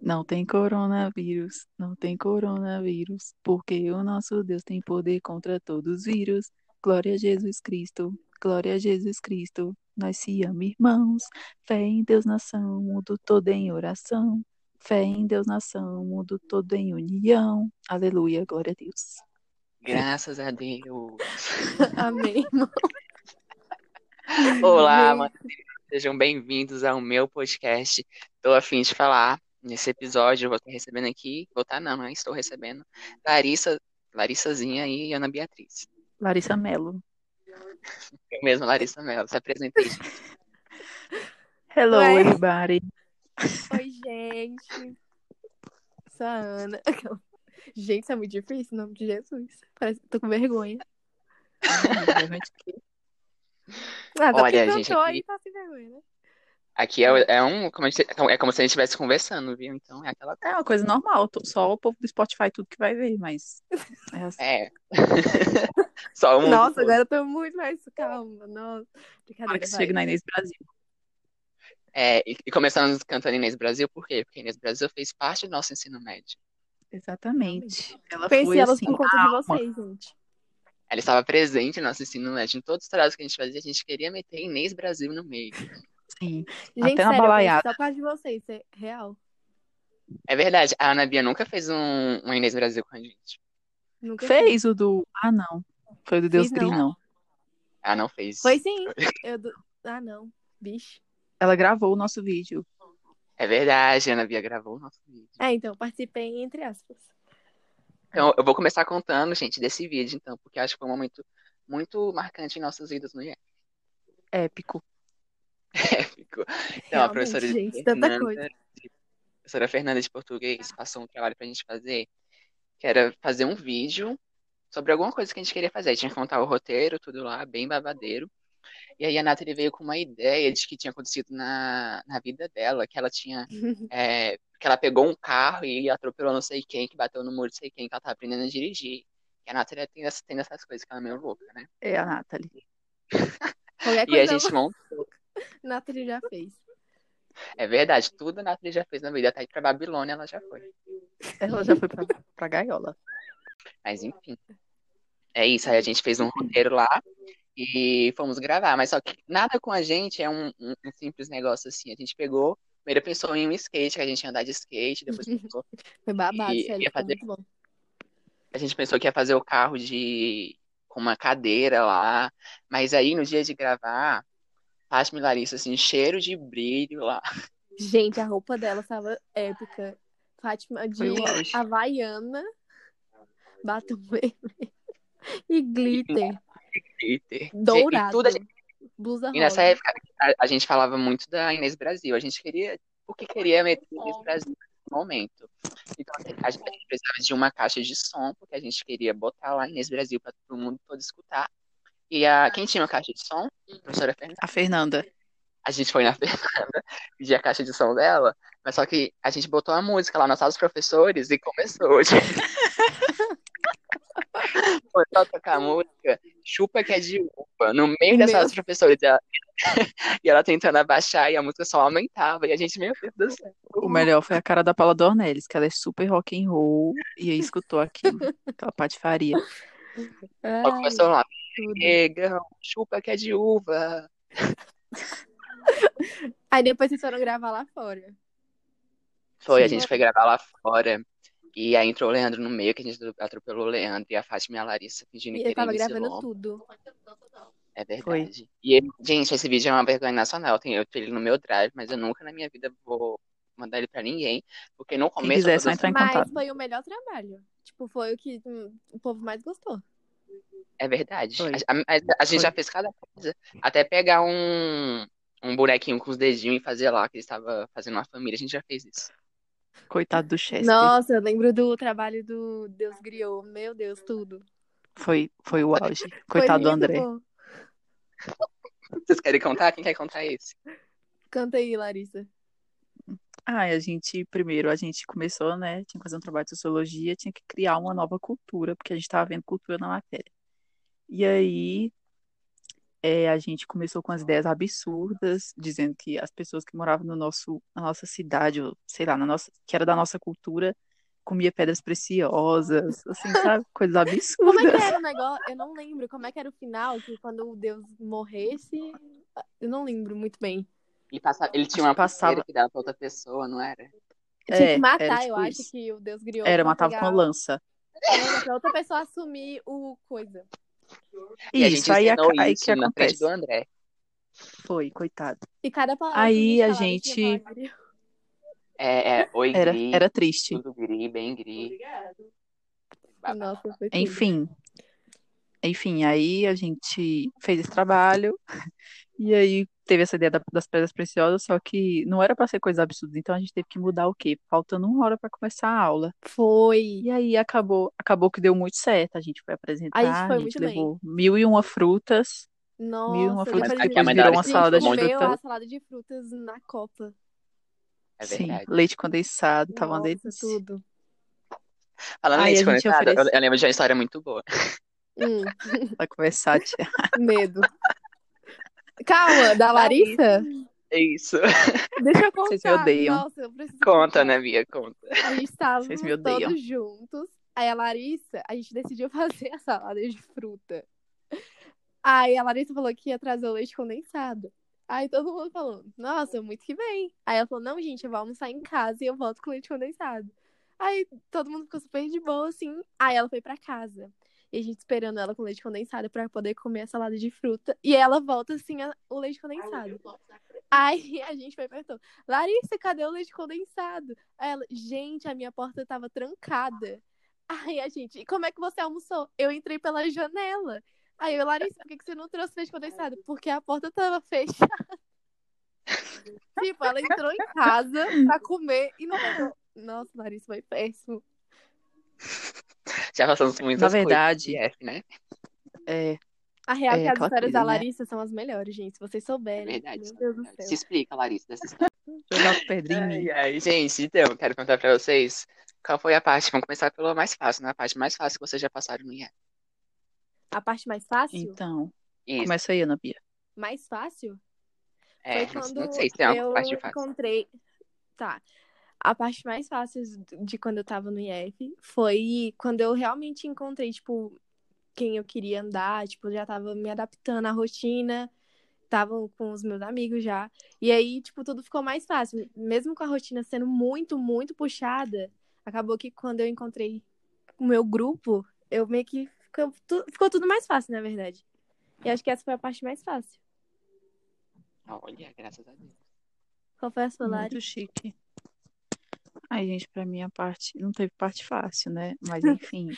Não tem coronavírus, não tem coronavírus, porque o nosso Deus tem poder contra todos os vírus. Glória a Jesus Cristo, glória a Jesus Cristo. Nós se amamos, irmãos. Fé em Deus nação, mundo todo em oração. Fé em Deus nação, mundo todo em união. Aleluia, glória a Deus. Graças a Deus. Amém, irmão. Olá, mano. Sejam bem-vindos ao meu podcast. Estou a fim de falar nesse episódio. Eu vou estar recebendo aqui, vou estar não, né? estou recebendo Larissa, Larissazinha e Ana Beatriz. Larissa Mello. Eu mesmo, Larissa Mello. Se apresentei. Hello, Ué. everybody. Oi, gente. Sou a Ana. Gente, isso é muito difícil, em nome de Jesus. Parece que tô com vergonha. Ah, tá Olha, porque gente, cantou aqui- aí, tá sem vergonha, né? Aqui é, é um. Como a gente- é como se a gente estivesse conversando, viu? Então é aquela. É uma coisa normal, tô- só o povo do Spotify tudo que vai ver, mas é assim. É. Só um. Nossa, agora eu tô muito mais calma. Nossa, Na hora brincadeira, que você vai. chega na Inês Brasil. É, e, e começamos cantando Inês Brasil, por quê? Porque Inês Brasil fez parte do nosso ensino médio. Exatamente. Ela Conheci foi elas assim, por conta de vocês, gente. Ela estava presente no nosso ensino médio. Em todos os trabalhos que a gente fazia, a gente queria meter Inês Brasil no meio. assim. Até Gente, na sério, eu conheci balaiada. só por causa de vocês, é real. É verdade, a Ana Bia nunca fez um, um Inês Brasil com a gente. Nunca fiz. Fez o do. Ah, não. Foi o do Deus Fiz, Cris, não. não. Ela não fez. Foi sim. Eu do- Ah, não. Bicho. Ela gravou o nosso vídeo. É verdade, a Ana Bia gravou o nosso vídeo. É, então, participei entre aspas. Então, eu vou começar contando, gente, desse vídeo, então, porque acho que foi um momento muito marcante em nossas vidas no IEF. Épico. Ficou. Então, a Realmente, professora de gente, tanta Fernanda, coisa. de- a professora Fernanda de português passou um trabalho pra gente fazer, que era fazer um vídeo sobre alguma coisa que a gente queria fazer. Tinha que contar o roteiro, tudo lá, bem babadeiro. E aí a Nathalie veio com uma ideia de que tinha acontecido na, na vida dela, que ela tinha. é, que ela pegou um carro e atropelou não sei quem, que bateu no muro de sei quem, que ela tava aprendendo a dirigir. E a Nathalie tem, essa- tem essas coisas, que ela é meio louca, né? É a Nathalie. Qualquer E a É coisa gente monta. a Nathalie já fez. É verdade, tudo a Nathalie já fez na vida, até ir pra Babilônia ela já foi. Ela já foi pra, pra gaiola. Mas enfim. É isso, aí a gente fez um roteiro lá e fomos gravar. Mas só que nada com a gente é um, um- um simples negócio assim. A gente pegou, primeiro pensou em um skate, que a gente ia andar de skate, depois pensou, Foi babado, E- sério, ia ficou fazer- muito bom. a gente pensou que ia fazer o carro de com uma cadeira lá. Mas aí no dia de gravar, Fátima e Larissa, assim, cheiro de brilho lá. Gente, a roupa dela estava épica. Fátima de Foi um o auge. Havaiana, batom vermelho e glitter Glitter. E, dourado. tudo a gente- Blusa e nessa rosa. época a, a gente falava muito da Inês Brasil. A gente queria, porque queria meter Inês Brasil no momento. Então assim, a gente precisava de uma caixa de som, porque a gente queria botar lá Inês Brasil para todo mundo todo escutar. E a, quem tinha a caixa de som? A professora Fernanda. A Fernanda. A gente foi na Fernanda pedir a caixa de som dela, mas só que a gente botou a música lá na sala dos professores e começou. Começou a tocar a música, chupa que é de uva, no meio da Meu. sala dos professores. E ela, e ela tentando abaixar e a música só aumentava. E a gente, meu Deus do céu. O melhor foi a cara da Paula Dornelles, que ela é super rock and roll e aí escutou aquilo. Aquela patifaria. Ai, Aí o professor lá, tudo. negão, chupa que é de uva. Aí depois vocês foram gravar lá fora. Foi, a Sim. gente foi gravar lá fora. E aí entrou o Leandro no meio, que a gente atropelou o Leandro e a Fátima e a Larissa fingindo E que eu tava ele gravando ensilou. tudo. É verdade. E, ele- gente, esse vídeo é uma vergonha nacional. Eu tenho, eu tenho ele no meu drive, mas eu nunca na minha vida vou mandar ele pra ninguém. Porque no começo quiser, eu só entrar tô em dançando. Mas contato. foi o melhor trabalho. Tipo, foi o que hum, o povo mais gostou. É verdade. Foi. A, a- a gente Foi. já fez cada coisa. Até pegar um, um bonequinho com os dedinhos e fazer lá, que ele estava fazendo uma família. A gente já fez isso. Coitado do Chester. Nossa, eu lembro do trabalho do Deus Griou. Meu Deus, tudo. Foi, foi o auge. Foi Coitado do muito André. bom. Vocês querem contar? Quem quer contar esse? Canta aí, Larissa. Ah, e a gente, primeiro, a gente começou, né? Tinha que fazer um trabalho de sociologia, tinha que criar uma nova cultura, porque a gente estava vendo cultura na matéria. E aí, É, a gente começou com as ideias absurdas, dizendo que as pessoas que moravam no nosso, na nossa cidade, ou, sei lá, na nossa, que era da nossa cultura, comia pedras preciosas, assim, sabe? Coisas Como é absurdas. que era o negócio? Eu não lembro. Como é que era o final? Que quando o Deus morresse. Eu não lembro muito bem. Ele, passa, ele tinha uma Passava. pulseira que dava pra outra pessoa, não era? Tinha É, que matar, era tipo eu isso. acho que o Deus griou. Era, pra matava com pegar- a lança. Era pra outra pessoa assumir o coisa. E a gente Isso, aí, a- ensinou aí isso que na frente acontece? do André. Foi, coitado. E cada palavra. Aí que a falava gente- tinha palavra griou. É, é, oi, Era, Gri, era assim. triste. tudo gri, bem gri. Nossa, foi tudo. Enfim. Enfim, aí a gente fez esse trabalho e aí teve essa ideia da- das pedras preciosas, só que não era pra ser coisa absurda, então a gente teve que mudar o quê? Faltando uma hora pra começar a aula. Foi. E aí acabou, acabou que deu muito certo. A gente foi apresentar, A gente foi a gente muito bem. levou mil e uma frutas. Nossa, Mil e uma frutas, depois Mas que aqui a depois mãe virou da uma Alice salada de tomou comeu frutas. a salada de frutas na Copa. É Sim, verdade. leite condensado, tava uma Nossa, delícia. tudo. Falando Aí nisso, a gente conectado, eu, oferece- eu lembro de uma história muito boa. Hum, Pra conversar, tia. medo. Calma, da Larissa? É isso. Deixa eu contar. Vocês me odeiam. Nossa, eu preciso Conta, contar. né, Bia? Conta. A gente estava Vocês me odeiam. todos juntos. Aí a Larissa, a gente decidiu fazer a salada de fruta. Aí a Larissa falou que ia trazer o leite condensado. Aí todo mundo falou, nossa, muito que bem. Aí ela falou, não, gente, eu vou almoçar em casa e eu volto com leite condensado. Aí todo mundo ficou super de boa, assim. Aí ela foi pra casa. E a gente esperando ela com leite condensado pra poder comer a salada de fruta. E ela volta, assim, a- o leite condensado. Aí a gente foi e perguntou, Larissa, cadê o leite condensado? Aí ela, gente, a minha porta tava trancada. Aí a gente, e como é que você almoçou? Eu entrei pela janela. Aí eu, Larissa, por que que você não trouxe leite condensado? Porque a porta tava fechada. tipo, ela entrou em casa pra comer e não levou. Nossa, Larissa, foi péssimo. Já passamos por muitas Na coisas. verdade, F, né? é, A real É, é que as aquela histórias coisa, da né? Larissa são as melhores, gente. Se vocês É souberem. verdade. Meu Deus do Se céu. explica, Larissa, dessa história. jogar pedra em mim. Ai, ai, gente, então, quero perguntar pra vocês qual foi a parte. Vamos começar pela mais fácil, né? A parte mais fácil que vocês já passaram no IEF. A parte mais fácil? Então, Isso. começa aí, Ana Bia. Mais fácil? É, foi quando não sei se é uma eu parte fácil. encontrei. Tá. A parte mais fácil de quando eu tava no IF foi quando eu realmente encontrei, tipo, quem eu queria andar, tipo, eu já tava me adaptando à rotina, tava com os meus amigos já. E aí, tipo, tudo ficou mais fácil. Mesmo com a rotina sendo muito, muito puxada, acabou que quando eu encontrei o meu grupo, eu meio que ficou, tu- ficou tudo mais fácil, na verdade. E acho que essa foi a parte mais fácil. Olha, graças a Deus. Qual foi a sua, Lari? Muito chique. Ai, gente, pra mim a parte. Não teve parte fácil, né? Mas enfim.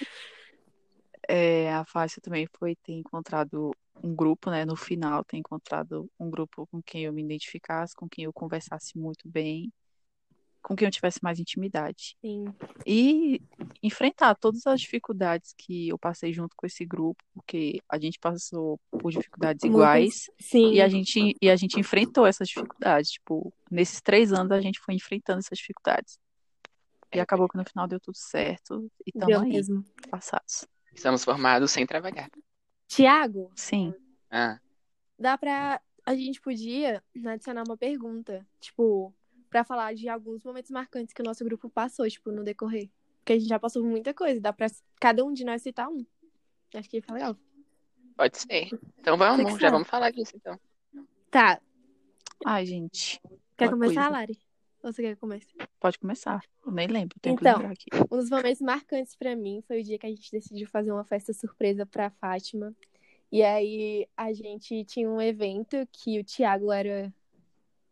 É, a fácil também foi ter encontrado um grupo, né? No final, ter encontrado um grupo com quem eu me identificasse, com quem eu conversasse muito bem, com quem eu tivesse mais intimidade. Sim. E enfrentar todas as dificuldades que eu passei junto com esse grupo, porque a gente passou por dificuldades Muitas. iguais. Sim. E a gente, e a gente enfrentou essas dificuldades. Tipo, nesses três anos a gente foi enfrentando essas dificuldades. E É. acabou que no final deu tudo certo. E estamos Deu aí, mesmo. passados. Estamos formados sem trabalhar. Tiago, Sim. Ah, dá pra. A gente podia né, adicionar uma pergunta, tipo, pra falar de alguns momentos marcantes que o nosso grupo passou, tipo, no decorrer. Porque a gente já passou por muita coisa, dá pra cada um de nós citar um. Acho que fica legal. pode ser. Então Tem que vamos, ser. já vamos falar disso então. Tá, Ai, gente. quer Uma começar, coisa. Lari? Ou você quer que comece? Pode começar. Eu nem lembro, tenho que Então. lembrar aqui. Um dos momentos marcantes pra mim foi o dia que a gente decidiu fazer uma festa surpresa pra Fátima. E aí a gente tinha um evento que o Thiago era.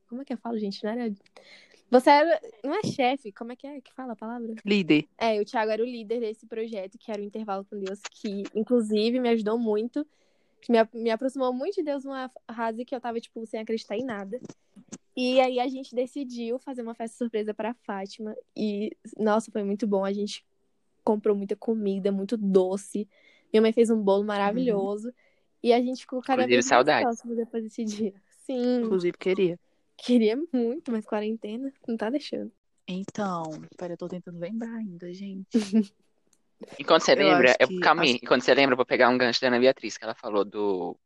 Como é que eu falo, gente? Não era. Você era. Não é chefe? Como é que é que fala a palavra? Líder. É, o Thiago era o líder desse projeto, que era o Intervalo com Deus, que inclusive me ajudou muito. que Me, me aproximou muito de Deus numa fase que eu tava, tipo, sem acreditar em nada. E aí a gente decidiu fazer uma festa surpresa pra Fátima. E, nossa, foi muito bom. A gente comprou muita comida, muito doce. Minha mãe fez um bolo maravilhoso. E a gente ficou cada Uhum. Inclusive, vez mais saudades. próximo depois desse dia. Sim, Inclusive, queria. queria muito, mas quarentena não tá deixando. Então, pera, eu tô tentando lembrar ainda, gente. Enquanto você Eu lembra, acho eu, que calma aí. as- Enquanto você lembra, eu vou pegar um gancho da Ana Beatriz, que ela falou do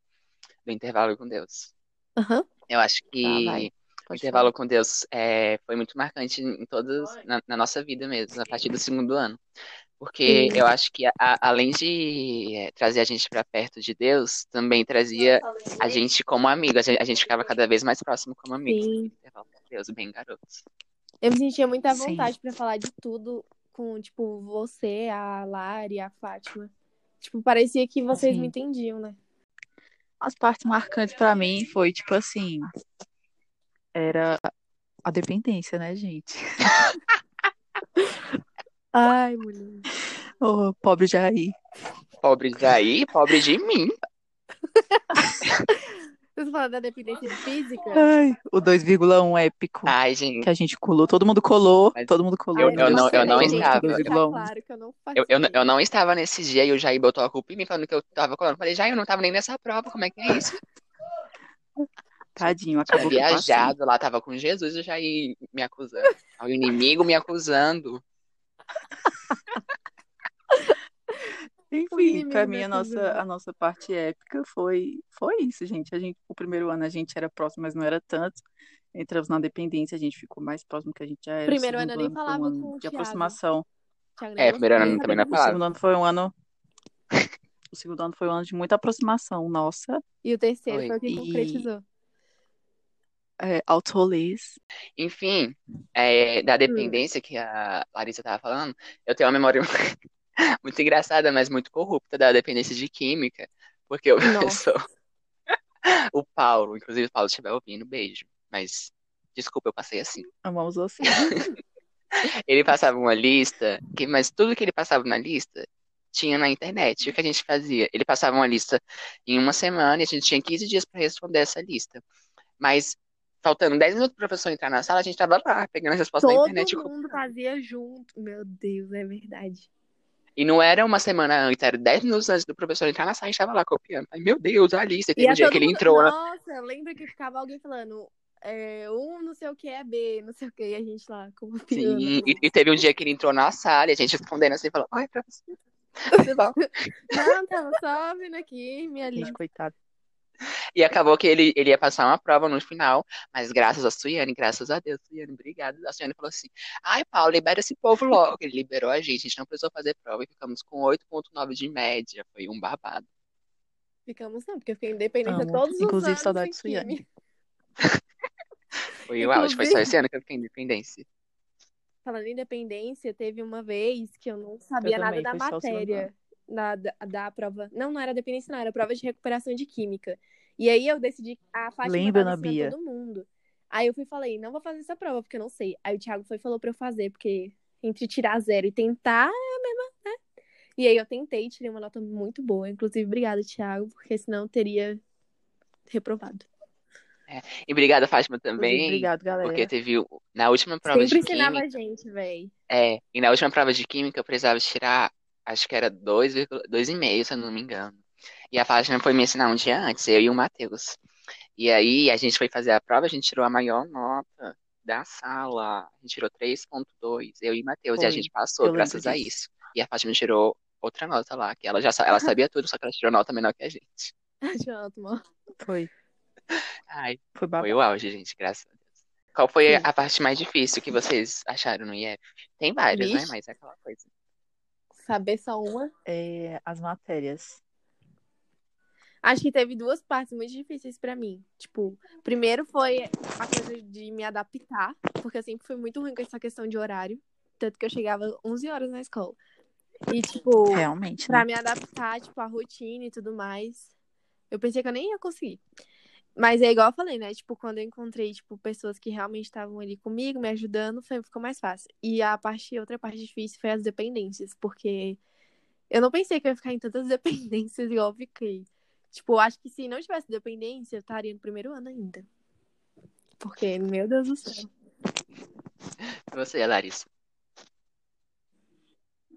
do intervalo com Deus. Aham. Eu acho Tá, vai. que o Pode intervalo com Deus é, foi muito marcante em todas na, na nossa vida mesmo, a partir do segundo ano. Porque Sim. eu acho que a- a- além de é, trazer a gente para perto de Deus, também trazia a gente como amigo. A gente, a gente ficava cada vez mais próximo como amigo. Sim. Intervalo com Deus, bem garotos. Eu me sentia muita Sim. vontade pra falar de tudo com, tipo, você, a Lari, a Fátima. Tipo, parecia que vocês Sim. me entendiam, né? As partes marcantes pra mim foi tipo assim, era a dependência, né, gente? Ai, mulher. Ô, pobre Jair. Pobre daí, pobre de mim. Vocês falaram da dependência de física? Ai, o 2,1 épico Ai, gente. que a gente colou, todo mundo colou, Uhum. Mas todo mundo colou. eu- né? eu não- eu não Todo mundo com estava. 2,1. Tá claro que eu não Eu, eu, participei. eu não estava nesse dia e o Jair botou a culpa em mim falando que eu tava colando. Eu Falei, Jair, eu não tava nem nessa prova, como é que é isso? Tadinho, Tinha acabou que eu assim. passei. viajado lá, tava com Jesus e o Jair me acusando. O inimigo me acusando. O inimigo Enfim, pra mim me a nossa, acusando. a nossa parte épica foi, foi isso, gente. A gente. O primeiro ano a gente era próximo, mas não era tanto. Entramos na dependência, a gente ficou mais próximo que a gente já era. O Primeiro ano eu segundo nem foi um falava ano com o de Thiago. aproximação. Thiago, É, primeiro ano nem também sabia. O não Falava. segundo ano foi um ano. O segundo ano foi um ano de muita aproximação nossa. E o terceiro Oi. foi o que E- concretizou. É, altos rolês. Enfim, é, da dependência que a Larissa tava falando, eu tenho uma memória muito engraçada, mas muito corrupta da dependência de química, porque o Nossa. professor, o Paulo, inclusive o Paulo se estiver ouvindo, beijo, mas desculpa, eu passei assim. Amamos você. Ele passava uma lista, que, mas tudo que ele passava na lista tinha na internet. E o que a gente fazia? Ele passava uma lista em uma semana e a gente tinha 15 dias para responder essa lista. Mas faltando 10 minutos pro professor entrar na sala, a gente tava lá, pegando a resposta na Todo internet. e mundo tá fazia junto. Meu Deus, é verdade. E não era uma semana antes, era 10 minutos antes do professor entrar na sala, a gente tava lá copiando. Ai, meu Deus, a lista. E Teve um a dia todo que ele mundo- entrou na. Nossa, lembra que ficava alguém falando é, um não sei o que é B, não sei o que, e a gente lá copiando. Sim, e, e teve um dia que ele entrou na sala e a gente respondendo assim, falando, ai, professor, tudo bom?" Não, tava só vindo aqui, minha Gente, linda. coitado. E acabou que ele, ele ia passar uma prova no final, mas graças a Suiane, graças a Deus, Suiane, obrigada. A Suiane falou assim: ai, Paulo, libera esse povo logo. Ele liberou a gente, a gente não precisou fazer prova e ficamos com 8,9 de média. Foi um babado. Ficamos não, porque eu fiquei independente Amo. todos os Inclusive, anos. saudade em de Suiane. química. Foi o auge, foi só esse ano que eu fiquei independência. Falando em independência, teve uma vez que eu não sabia Eu nada também, da foi só o segundo matéria. Na, da, da prova. Não, não era dependência, não, era prova de recuperação de química. E aí eu decidi. A Fátima Lembra, tava Ana ensinando Bia? todo mundo. Aí eu fui e falei, não vou fazer essa prova, porque eu não sei. Aí o Thiago foi e falou pra eu fazer, porque entre tirar zero e tentar é a mesma, né? E aí eu tentei, tirei uma nota muito boa. Inclusive, obrigada, Thiago, porque senão eu teria reprovado. E obrigada, Fátima, Inclusive, também, obrigado, galera. porque teve o- na última prova Sempre de ensinava química. a gente, véi. É, e na última prova de química eu precisava tirar, acho que era 2,5, se eu não me engano. E a Fátima foi me ensinar um dia antes, eu e o Matheus. E aí a gente foi fazer a prova, a gente tirou a maior nota da sala. A gente tirou 3,2, eu e o Matheus, e a Foi. gente Eu passou, lembro graças a disso. isso. E a Fátima tirou outra nota lá, que ela já sa- ela sabia tudo, só que ela tirou nota menor que a gente. Jonathan, Foi. Ai, Foi foi babado. o auge, gente, graças a Deus. Qual foi Sim. a parte mais difícil que vocês acharam no IF? Tem várias, né? Vixe. Mas é aquela coisa. saber só uma. É, as matérias. Acho que teve duas partes muito difíceis pra mim. Tipo, primeiro foi a coisa de me adaptar, porque eu sempre fui muito ruim com essa questão de horário, tanto que eu chegava 11 horas na escola. E tipo, Realmente, né? Hum. pra me adaptar, tipo, à rotina e tudo mais, eu pensei que eu nem ia conseguir. Mas é igual eu falei, né? Tipo, quando eu encontrei, tipo, pessoas que realmente estavam ali comigo, me ajudando, foi, ficou mais fácil. E a parte, outra parte difícil foi as dependências, porque eu não pensei que eu ia ficar em tantas dependências igual eu fiquei. Tipo, eu acho que se não tivesse dependência, eu estaria no primeiro ano ainda. Porque, meu Deus do Tipo, céu. E Você, Larissa.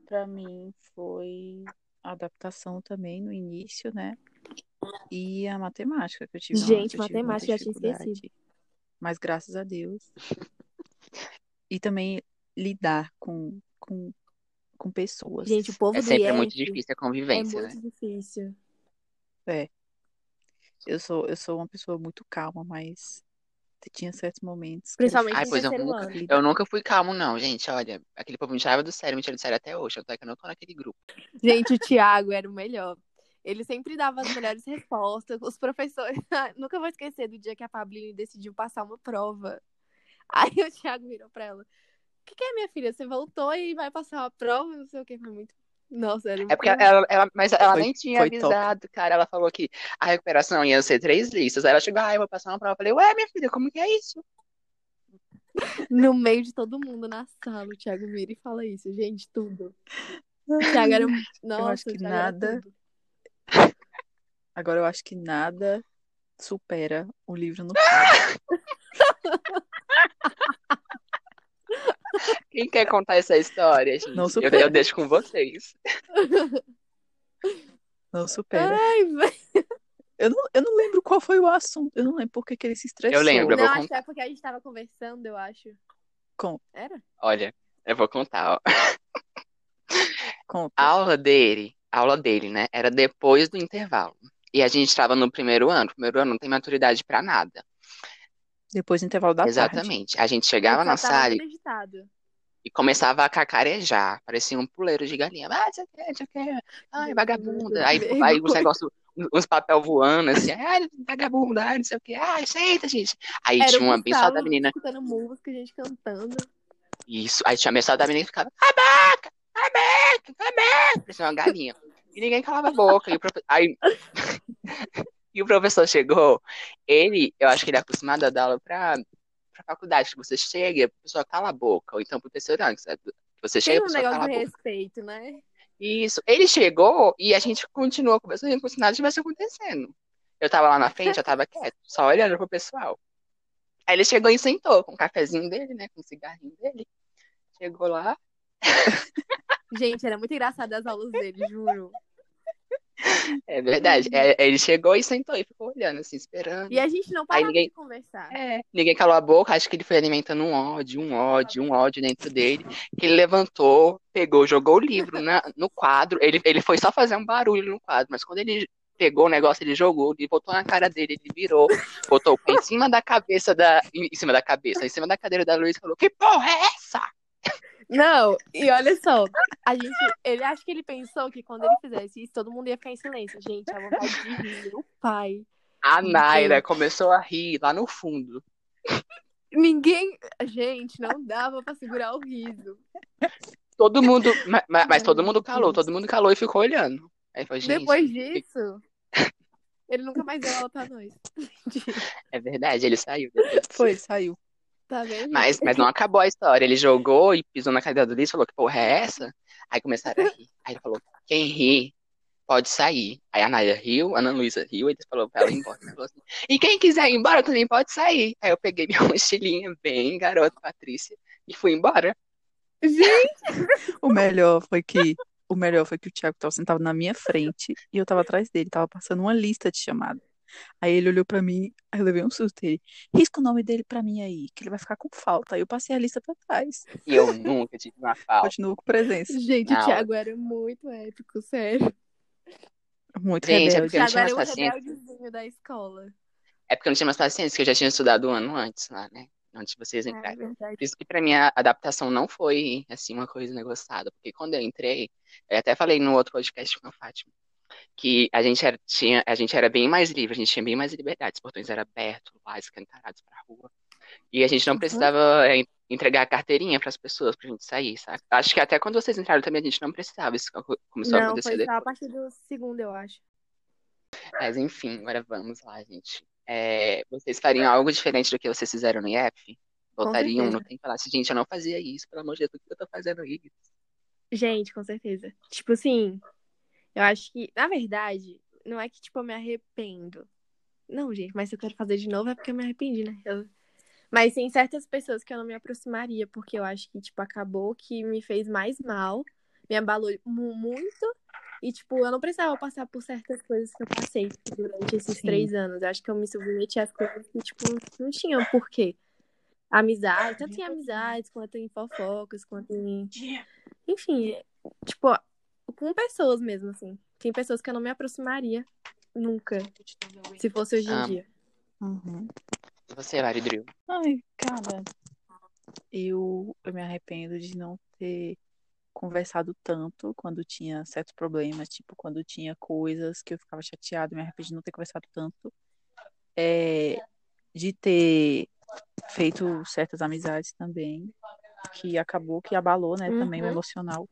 Pra mim foi a adaptação também no início, né? E a matemática que eu tive. Gente, eu tive muita matemática, eu já tinha dificuldade. Mas graças a Deus. E também lidar com, com, com pessoas. Gente, o povo É do sempre muito IF difícil a é convivência, né? muito difícil. Eu sou, eu sou uma pessoa muito calma, mas tinha certos momentos. que eu Principalmente Ai, no pois eu terceiro nunca- ano. fiquei- Eu nunca fui calmo, não, gente. Olha, aquele povo me tirava do sério, me tira do sério até hoje. Até que eu não tô naquele grupo. Gente, o Thiago era o melhor. Ele sempre dava as melhores respostas. Os professores. Nunca vou esquecer do dia que a Pablini decidiu passar uma prova. Aí o Thiago virou pra ela: O que, que é, minha filha? Você voltou e vai passar uma prova? Não sei o que. Foi muito. Nossa, era um É porque muito- ela, ela- mas ela Foi- nem tinha foi top. avisado, cara. Ela falou que a recuperação ia ser três listas. Aí ela chegou, ah, eu vou passar uma prova. Eu falei, ué, minha filha, como que é isso? No meio de todo mundo na sala, o Thiago vira e fala isso. Gente, tudo. O Thiago era. um, Nossa, acho o que Thiago era nada- tudo. Agora eu acho que nada supera o livro no carro. Quem quer contar essa história, gente? Não Eu- supera. eu deixo com vocês. Não supera. Ai, velho. Eu não, eu não lembro qual foi o assunto. Eu não lembro porque que ele se estressou. Eu lembro, eu Não, vou acho que contar. é porque a gente tava conversando, eu acho. Conta. Era? Olha, eu vou contar, ó. Conta. A aula dele, a aula dele, né, era depois do intervalo. E a gente estava no primeiro ano. Primeiro ano não tem maturidade pra nada. Depois do intervalo da tarde. Exatamente. A gente chegava Ele na só tava sala acreditado. e começava a cacarejar. Parecia um puleiro de galinha. Ah, não sei o que, não sei o que. Ai, vagabunda. Aí, Vergonha. aí os negócios, uns papel voando, assim. Ai, vagabunda, ai, não sei o que. Ai, senta, gente. Aí Era um tinha uma o Gustavo abençoada menina. escutando música, a gente cantando. Isso. Aí tinha uma abençoada menina que ficava. Abeca, abeca, abeca. Parecia uma galinha. E ninguém calava a boca. E o profe- aí... e o professor chegou. Ele, eu acho que ele é acostumado a dar aula pra, pra faculdade. Que você chega e a pessoa cala a boca. Ou então pro terceirante, sabe? Você chega e Tem a um pessoa negócio cala a de boca. respeito, né? Isso. Ele chegou e a gente continuou conversando como se nada tivesse acontecendo. Eu tava lá na frente, eu tava quieto, só olhando pro pessoal. Aí ele chegou e sentou com o cafezinho dele, né? Com o cigarrinho dele. Chegou lá. Gente, era muito engraçado as aulas dele, juro. É verdade. É, ele chegou e sentou e ficou olhando, assim, esperando. E a gente não parava ninguém- de conversar. É, ninguém calou a boca, acho que ele foi alimentando um ódio, um ódio, um ódio dentro dele. Que ele levantou, pegou, jogou o livro na- no quadro. Ele, ele foi só fazer um barulho no quadro, mas quando ele pegou o negócio, ele jogou, ele botou na cara dele, ele virou, botou o pé em cima da cabeça da. Em cima da cabeça, em cima da cadeira da Luísa e falou: Que porra é essa? Não, e olha só, a gente, ele acho que ele pensou que quando ele fizesse isso, todo mundo ia ficar em silêncio. Gente, a vontade de rir, meu pai. A Naira começou a rir lá no fundo. Ninguém, gente, não dava pra segurar o riso. Todo mundo. ma- ma- Mas, todo mundo calou, todo mundo calou e ficou olhando. Aí foi, gente, Depois disso, ele nunca mais deu aula pra nós. é verdade, ele saiu depois. Foi, saiu. Tá vendo? gente? Mas, mas não acabou a história. Ele jogou e pisou na cadeira do Liz e falou: Que porra é essa? Aí começaram a rir. Aí ele falou: Quem ri pode sair. Aí a Naya riu, a Ana Luísa riu, ele falou pra ela ir embora. Ela falou assim, e quem quiser ir embora também pode sair. Aí eu peguei minha mochilinha, bem garoto, Patrícia, e fui embora. Gente, O melhor foi que o melhor foi que o Thiago tava sentado na minha frente e eu tava atrás dele, tava passando uma lista de chamada. Aí ele olhou pra mim, aí eu levei um susto dele. Risca o nome dele pra mim aí, que ele vai ficar com falta. Aí eu passei a lista pra trás. E eu nunca tive uma falta. Continuou com presença. gente o Não. Thiago era muito épico, sério. Muito Gente, é rebelde. porque eu não Thiago tinha mais era o paciência. rebeldezinho da escola. É porque eu não tinha mais paciência, que eu já tinha estudado um ano antes lá, né? Antes de vocês É entrarem. verdade. Por isso que pra mim a adaptação não foi assim uma coisa negociada, porque quando eu entrei, eu até falei no outro podcast com a Fátima, que a gente era, tinha, a gente era bem mais livre, a gente tinha bem mais liberdade, os portões eram abertos, lá escancarados pra rua, e a gente Uhum. não precisava é, entregar a carteirinha pras pessoas pra gente sair, sabe? Acho que até quando vocês entraram também a gente não precisava, isso co- começou a Não, acontecer foi só a depois. partir do segundo, eu acho. Mas enfim, agora vamos lá, gente. É, vocês fariam algo diferente do que vocês fizeram no IEF? Voltariam certeza. no tempo e falassem, gente, eu não fazia isso, pelo amor de Deus, por que eu tô fazendo isso? Gente, com certeza. Tipo assim, eu acho que, na verdade, não é que, tipo, eu me arrependo. Não, gente, mas se eu quero fazer de novo é porque eu me arrependi, né? Eu- Mas tem certas pessoas que eu não me aproximaria, porque eu acho que, tipo, acabou que me fez mais mal, me abalou mu- muito. E, tipo, eu não precisava passar por certas coisas que eu passei durante esses Sim. três anos. Eu acho que eu me submeti às coisas que, tipo, não tinham porquê. Amizade, tanto em amizades, quanto em fofocas, quanto em enfim, tipo, com pessoas mesmo, assim. Tem pessoas que eu não me aproximaria Nunca. Se fosse hoje em Ah. dia. Uhum. Você, Lari Drill. Ai, cara, eu, eu me arrependo de não ter conversado tanto quando tinha certos problemas, tipo, quando tinha coisas que eu ficava chateada, eu me arrependo de não ter conversado tanto, é, de ter feito certas amizades também, que acabou, que abalou, né, também o Uhum. emocional.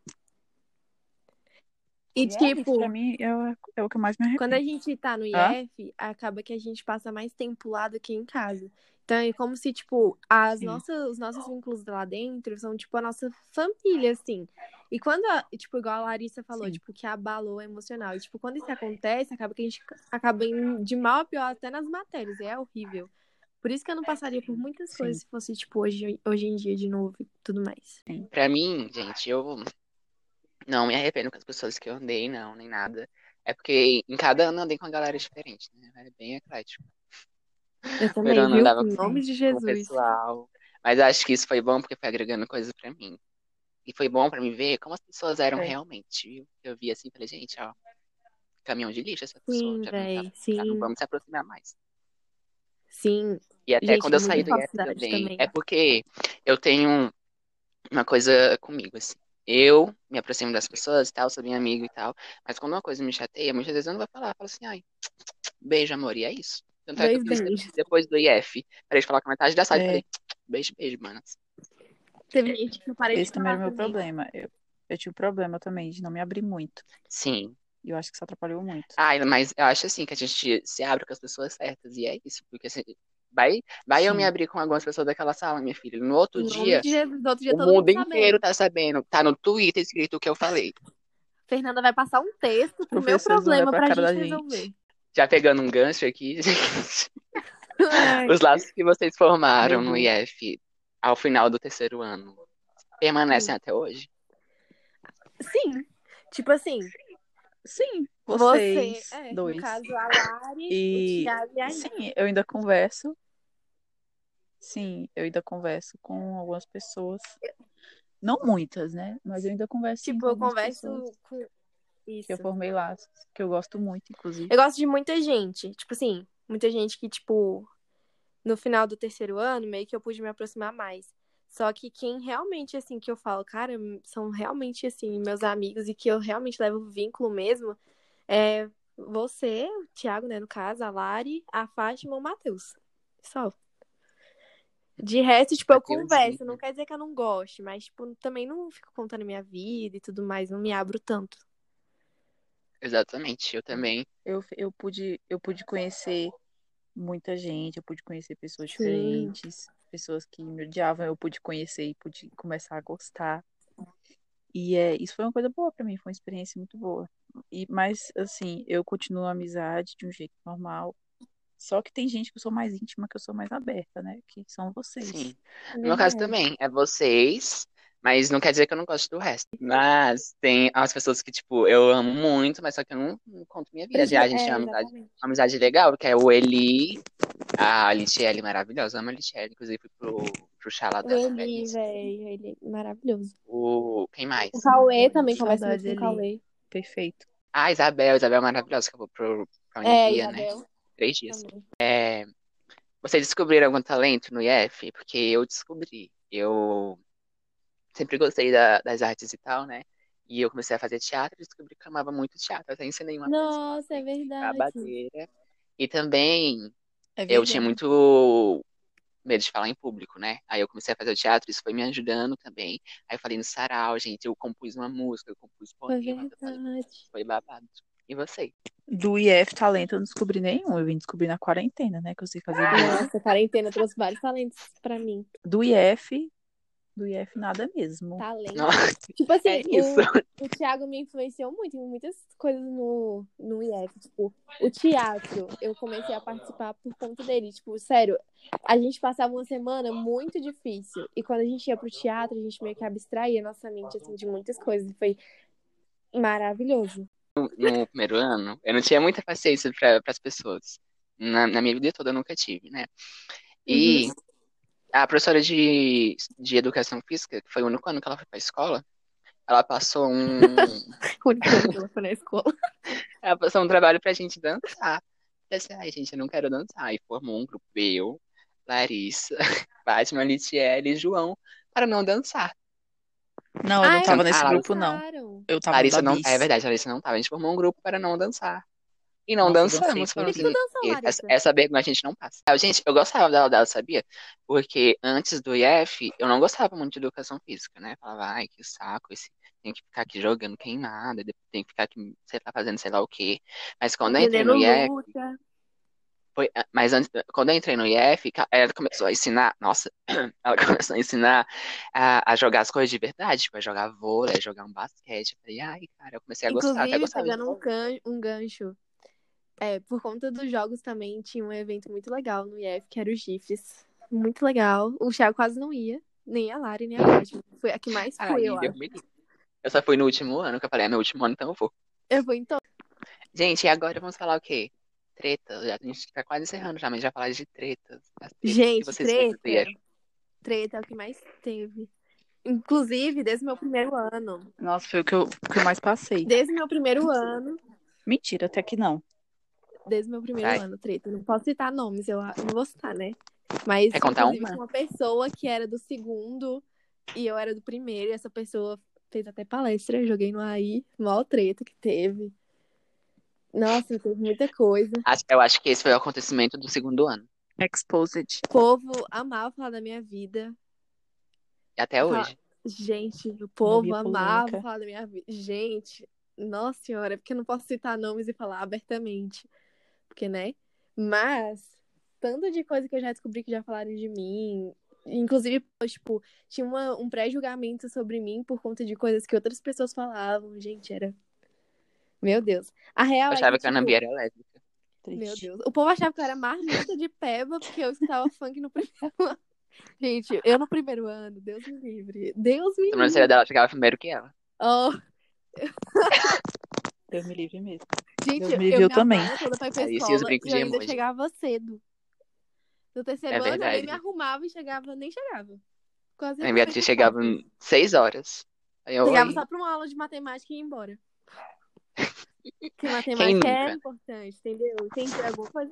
E, é tipo, isso, pra mim é, o- é o que eu mais me arrependo. Quando a gente tá no Hã? IF, acaba que a gente passa mais tempo lá do que em casa. Então é como se, tipo, as Sim. nossas, os nossos vínculos lá dentro são, tipo, a nossa família, assim. E quando, a- tipo, igual a Larissa falou, Sim. tipo, que abalou o emocional. E, tipo, quando isso acontece, acaba que a gente acaba indo de mal a pior até nas matérias. E é horrível. Por isso que eu não passaria por muitas Sim. coisas se fosse, tipo, hoje, hoje em dia de novo e tudo mais. Pra mim, gente, eu não me arrependo com as pessoas que eu andei, não, nem nada. É porque em cada ano eu andei com uma galera diferente, né? Era bem eclético. Eu Primeiro também, ano eu viu? andava Em nome de com o Jesus. pessoal. Mas acho que isso foi bom porque foi agregando coisas pra mim. E foi bom pra mim ver como as pessoas eram É. realmente, viu? Eu vi assim, falei, gente, ó, caminhão de lixo essa pessoa, Sim, já não, tá, véi. já não Sim, vamos se aproximar mais. sim. E até Gente, quando eu tem saí muita do IF falsidade também, também. é porque eu tenho uma coisa comigo, assim. Eu me aproximo das pessoas e tal, sou minha amigo e tal. Mas quando uma coisa me chateia, muitas vezes eu não vou falar. Eu falo assim, ai, beijo, amor, e é isso. Tanto é que eu Dois fiz de- beijos. depois do IF. Parei de falar com a metade da sala e É. falei, beijo, beijo, mano. Teve gente que eu parei Esse de também falar era o meu também. problema. Eu, eu tinha um problema também de não me abrir muito. Sim. E eu acho que isso atrapalhou muito. Ai, mas eu acho assim que a gente se abre com as pessoas certas. E é isso. Porque assim, vai, vai eu me Sim. abrir com algumas pessoas daquela sala, minha filha. No outro Em nome dia, de Jesus, do outro dia o todo mundo mundo inteiro sabendo. tá sabendo. Tá no Twitter escrito o que eu falei. Fernanda vai passar um texto pro meu Professores vão olhar problema é pra pra cara da gente gente. resolver. Já pegando um gancho aqui, gente. Ai, Os laços que vocês formaram no Uhum. IF ao final do terceiro ano permanecem até hoje? Sim. Tipo assim, Sim, você, vocês é, no dois. caso, é a Lari, o E Thiago e a Aninha. sim, eu ainda converso. Sim, eu ainda converso com algumas pessoas. Não muitas, né? Mas eu ainda converso sim, Tipo, com eu algumas converso pessoas com. que eu Isso. formei laços, que eu gosto muito, inclusive. Eu gosto de muita gente. Tipo assim, muita gente que, tipo, no final do terceiro ano, meio que eu pude me aproximar mais. Só que quem realmente, assim, que eu falo, cara, são realmente, assim, meus amigos e que eu realmente levo vínculo mesmo, é você, o Thiago, né, no caso, a Lari, a Fátima e o Matheus. Só. De resto, tipo, eu Mateuzinho. converso, não quer dizer que eu não goste, mas, tipo, também não fico contando minha vida e tudo mais, não me abro tanto. Exatamente, eu também. Eu, eu pude, eu pude conhecer muita gente, eu pude conhecer pessoas Sim. diferentes, pessoas que me odiavam, eu pude conhecer e pude começar a gostar. E é, isso foi uma coisa boa pra mim, foi uma experiência muito boa. E, mas, assim, eu continuo a amizade de um jeito normal. Só que tem gente que eu sou mais íntima, que eu sou mais aberta, né? Que são vocês. Sim. No meu caso também, é vocês, mas não quer dizer que eu não gosto do resto. Mas tem as pessoas que, tipo, eu amo muito, mas só que eu não, não conto minha vida. Já a gente tem É, uma amizade, exatamente. uma amizade legal, que é o Eli, a Litiele maravilhosa. Amo a Litiele, inclusive fui pro, pro chá lá O dela, Eli, belíssimo. velho, ele é maravilhoso. O, quem mais? O Cauê também conversa Saudades, muito com o Eli. Cauê. Perfeito. Ah, Isabel, Isabel maravilhosa, que eu vou pro, pra É, Univia, né? Isabel Três dias. também. Vocês descobriram algum talento no IF? Porque eu descobri. Eu sempre gostei da- das artes e tal, né? E eu comecei a fazer teatro e descobri que eu amava muito teatro. Até ensinei uma peça lá, Nossa, é a verdade. badeira. E também É Uhum. eu tinha verdade. muito medo de falar em público, né? Aí eu comecei a fazer o teatro, isso foi me ajudando também. Aí eu falei no sarau, gente, eu compus uma música, eu compus Foi poemas, eu falei, verdade. foi babado. E você? Do IF Talento eu não descobri nenhum. Eu vim descobrir na quarentena, né? Que eu sei fazer duas. Nossa, a quarentena trouxe vários talentos pra mim. Do IF, do IF nada mesmo. Talento. Nossa, Tipo assim, é isso. o, o Thiago me influenciou muito em muitas coisas no, no IF. Tipo, o teatro, eu comecei a participar por conta dele. Tipo, sério, a gente passava uma semana muito difícil. E quando a gente ia pro teatro, a gente meio que abstraía nossa mente assim, de muitas coisas. E foi maravilhoso. no primeiro ano, eu não tinha muita paciência para as pessoas. Na, na minha vida toda eu nunca tive, né? Uhum. E a professora de, de educação física, que foi o único ano que ela foi para a escola, ela passou um. O único ano que ela foi na escola. Ela passou um trabalho pra gente dançar. Eu disse, ai, gente, eu não quero dançar. E formou um grupo, eu, Larissa, Batman, Litiele e João, para não dançar. Não, eu Ah, não tava eles nesse falaram. grupo, não. dançaram. Eu tava Larissa na não. bis. É verdade, a Larissa não tava. A gente formou um grupo para não dançar. E não Nossa, eu dancei dançamos. por Por falamos que tu assim, dançou, essa, Larissa? essa vergonha a gente não passa. Ah, Gente, eu gostava dela, dela, sabia? Porque antes do IF, eu não gostava muito de educação física, né? Falava, ai, que saco, esse tem que ficar aqui jogando queimada, depois tem que ficar aqui, sei lá, fazendo sei lá o quê. Mas quando eu entrei Vendendo no IF, luta. foi, ah, mas antes, quando eu entrei no IF, ca- ela começou a ensinar, nossa, ela começou a ensinar a, a jogar as coisas de verdade, tipo, a jogar vôlei, a jogar um basquete. Eu falei, ai, cara, eu comecei a gostar, até Inclusive, gostava de pegando um, can- um gancho. É, por conta dos jogos também, tinha um evento muito legal no IF, que era os GIFs. Muito legal. O Thiago quase não ia. Nem a Lari, nem a Fátima. Foi a que mais Ai, foi, eu Deus acho. me livre. Eu só fui no último ano, que eu falei, é meu último ano, então eu vou. Eu fui então. Gente, e agora vamos falar o quê? Treta. Já, a gente tá quase encerrando já, mas já falar de tretas. As tretas que Gente, vocês fazem do treta. IF. Treta é o que mais teve. Inclusive, desde meu primeiro ano. Nossa, foi o que eu, o que eu mais passei. Desde meu primeiro ano. Mentira, até que não. Desde meu primeiro Vai. ano, treta. Não posso citar nomes, eu a- não vou citar, né? Mas, Quer contar inclusive, uma? tinha uma pessoa que era do segundo e eu era do primeiro. E essa pessoa fez até palestra, eu joguei no AI. Mó treta que teve. Nossa, teve muita coisa. Acho- Eu acho que esse foi o acontecimento do segundo ano. Exposed. O povo amava falar da minha vida. E até Fala- hoje. Gente, o povo Maria amava Polônica. falar da minha vida. Gente, nossa senhora, é porque eu não posso citar nomes e falar abertamente. Porque, né? Mas, tanto de coisa que eu já descobri que já falaram de mim. Inclusive, tipo, tinha uma- um pré-julgamento sobre mim por conta de coisas que outras pessoas falavam. Gente, era. Meu Deus. A Eu real é achava que, que a Nambi tipo, era lésbica. meu Triste. Deus. O povo achava que eu era marmita de peba porque eu escutava funk no primeiro ano. Gente, eu no primeiro ano, Deus me livre. Deus me A sobrancelha livre. dela chegava primeiro que ela. Oh, Deus me livre mesmo. gente, Deus me eu livre, eu também. arrumava toda pra ir pra Aí, se os escola brincos e eu de ainda emoji. chegava cedo. No terceiro É ano eu nem verdade. me arrumava e chegava, nem chegava. Quase A não Beatriz fazia chegava falta. em seis horas. Aí eu, Chegava oi. só pra uma aula de matemática e ia embora. Porque Quem matemática é nunca? importante, entendeu? Tem que ter alguma coisa.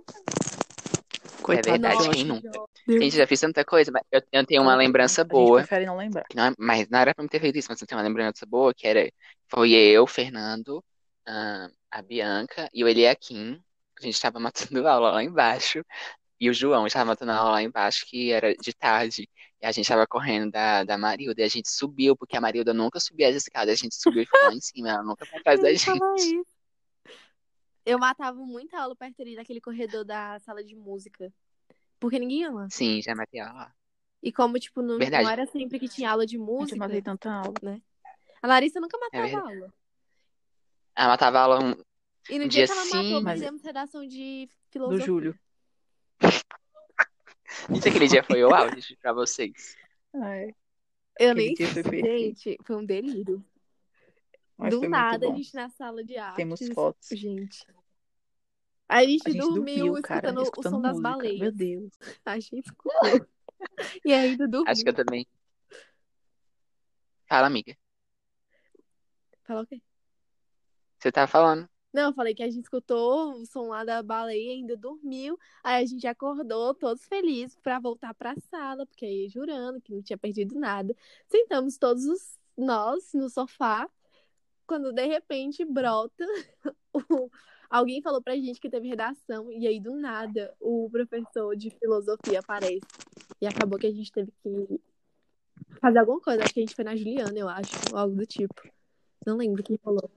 Coitada. É verdade, Nossa, quem Nossa, nunca? Deus. Gente, já fiz tanta coisa, mas eu, eu tenho uma Ela- lembrança A gente boa. prefere não lembrar. que não é- mas não era pra me ter feito isso, mas eu tenho uma lembrança boa, que era. Foi eu, Fernando, ahn, a Bianca e o Eliakim. A gente tava matando aula lá embaixo. E o João estava matando aula lá embaixo, que era de tarde. E a gente tava correndo da, da Marilda. E a gente subiu, porque a Marilda nunca subia as escadas. A gente subiu e ficou lá em cima. Ela nunca foi atrás Eu da ia falar gente. isso. Eu matava muita aula perto ali daquele corredor da sala de música. Porque ninguém ia lá. Sim, já matei ela lá. E como, tipo, não, não Verdade. era sempre que tinha aula de Gente, eu música, matei tanta aula. a Larissa nunca É matava verdade. aula. Ela matava aula um, E no um dia dia que ela matou, sim. mas- fizemos redação de Do filosofia. Júlio. Gente, aquele dia foi o auge pra vocês. Ai, Ah, Eu é. aquele nem dia foi perfeito. Gente, foi um delírio. Mas Do foi nada, a muito bom. gente na sala de artes. Temos fotos. Gente. A gente, A gente dormiu, dormiu, cara, escutando, o escutando som das música. Meu baleias. Deus. A gente escutou. E ainda Acho dormiu. que eu também. Fala, amiga. Fala o quê? Você tava falando. Não, eu falei que a gente escutou o som lá da baleia, ainda dormiu. Aí a gente acordou, todos felizes, pra voltar pra sala, porque aí jurando que não tinha perdido nada. Sentamos todos os- nós no sofá, quando de repente brota. o- Alguém falou pra gente que teve redação, e aí do nada o professor de filosofia aparece. E acabou que a gente teve que fazer alguma coisa. Acho que a gente foi na Juliana, eu acho, ou algo do tipo. Não lembro quem falou.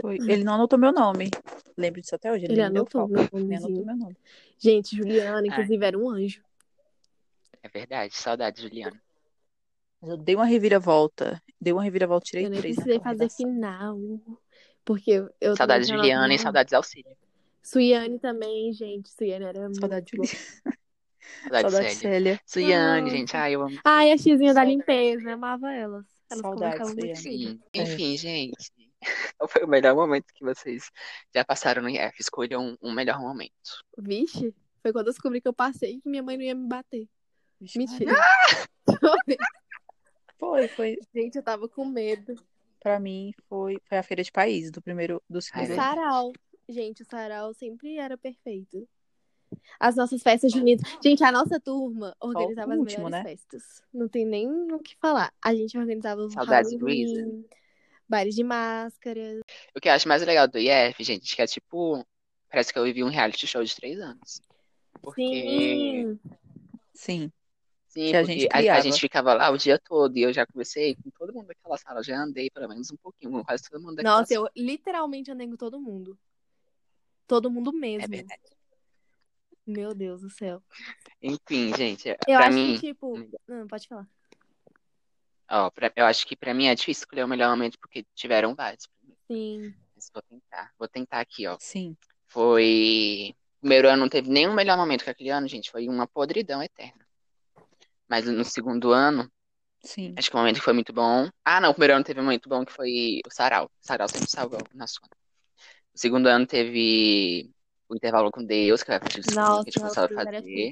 Foi. Ele não anotou meu nome. Lembro disso até hoje. Ele, Hum. Ele não me deu anotou foco. meu Ele anotou nomezinho. meu nome. Gente, Juliana, Ai. inclusive, era um anjo. É verdade. Saudade, Juliana. Mas eu dei uma reviravolta. Dei uma reviravolta, tirei Eu nem três precisei naquela fazer redação. final. Porque eu, eu também Saudades, tinha Juliana e nota ruim. saudades, Auxílio. Suiane também, gente. Suiane era muito Saudade de boa. Saudades, Saudade de Célia. Célia. Suiane, Nossa. gente. Ai, eu amo. Ai, a tiazinha da Saudades. limpeza. Amava elas. Elas Saudades, conversavam muito Suiane. comigo. Sim. É. Enfim, gente. Qual foi o melhor momento que vocês já passaram no IF? Escolham um melhor momento. Vixe, foi quando eu descobri que eu passei que minha mãe não ia me bater. Ah! Vixe, Mentira. Foi, foi. gente, eu tava com medo. pra mim foi, foi a Feira de Países, do primeiro, do Ai, segundo. né? ano. Sarau. Gente, o sarau sempre era perfeito. As nossas festas juninas. Gente, a nossa turma organizava as último, melhores né? festas. Não tem nem o que falar. A gente organizava o Saudades, Halloween, bailes de máscaras. O que eu acho mais legal do IF, gente, que é tipo. Parece que eu vivi um reality show de três anos. Porque. Sim. Sim. Sim, Que a porque gente a- a, criava. gente ficava lá o dia todo e eu já conversei com todo mundo daquela sala, já andei pelo menos um pouquinho, com quase todo mundo daquela Nossa, sala. eu literalmente andei com todo mundo. Todo mundo mesmo. É verdade. Meu Deus do céu. Enfim, gente, é, Eu pra acho mim, hum. que, tipo. Não, pode falar. ó, pra- eu acho que pra mim é difícil escolher o melhor momento porque tiveram vários. Sim. Mas vou tentar, vou tentar aqui, ó. Sim. Foi. Primeiro ano não teve nenhum melhor momento que aquele ano, gente, foi uma podridão eterna. Mas no segundo ano, Sim. acho que o momento que foi muito bom. Ah, não, o primeiro ano teve um momento bom que foi o sarau. O sarau sempre salvou o nosso ano. O segundo ano teve o intervalo com Deus, que, eu aprendi que a Nossa, gente começou a Deus era fazer.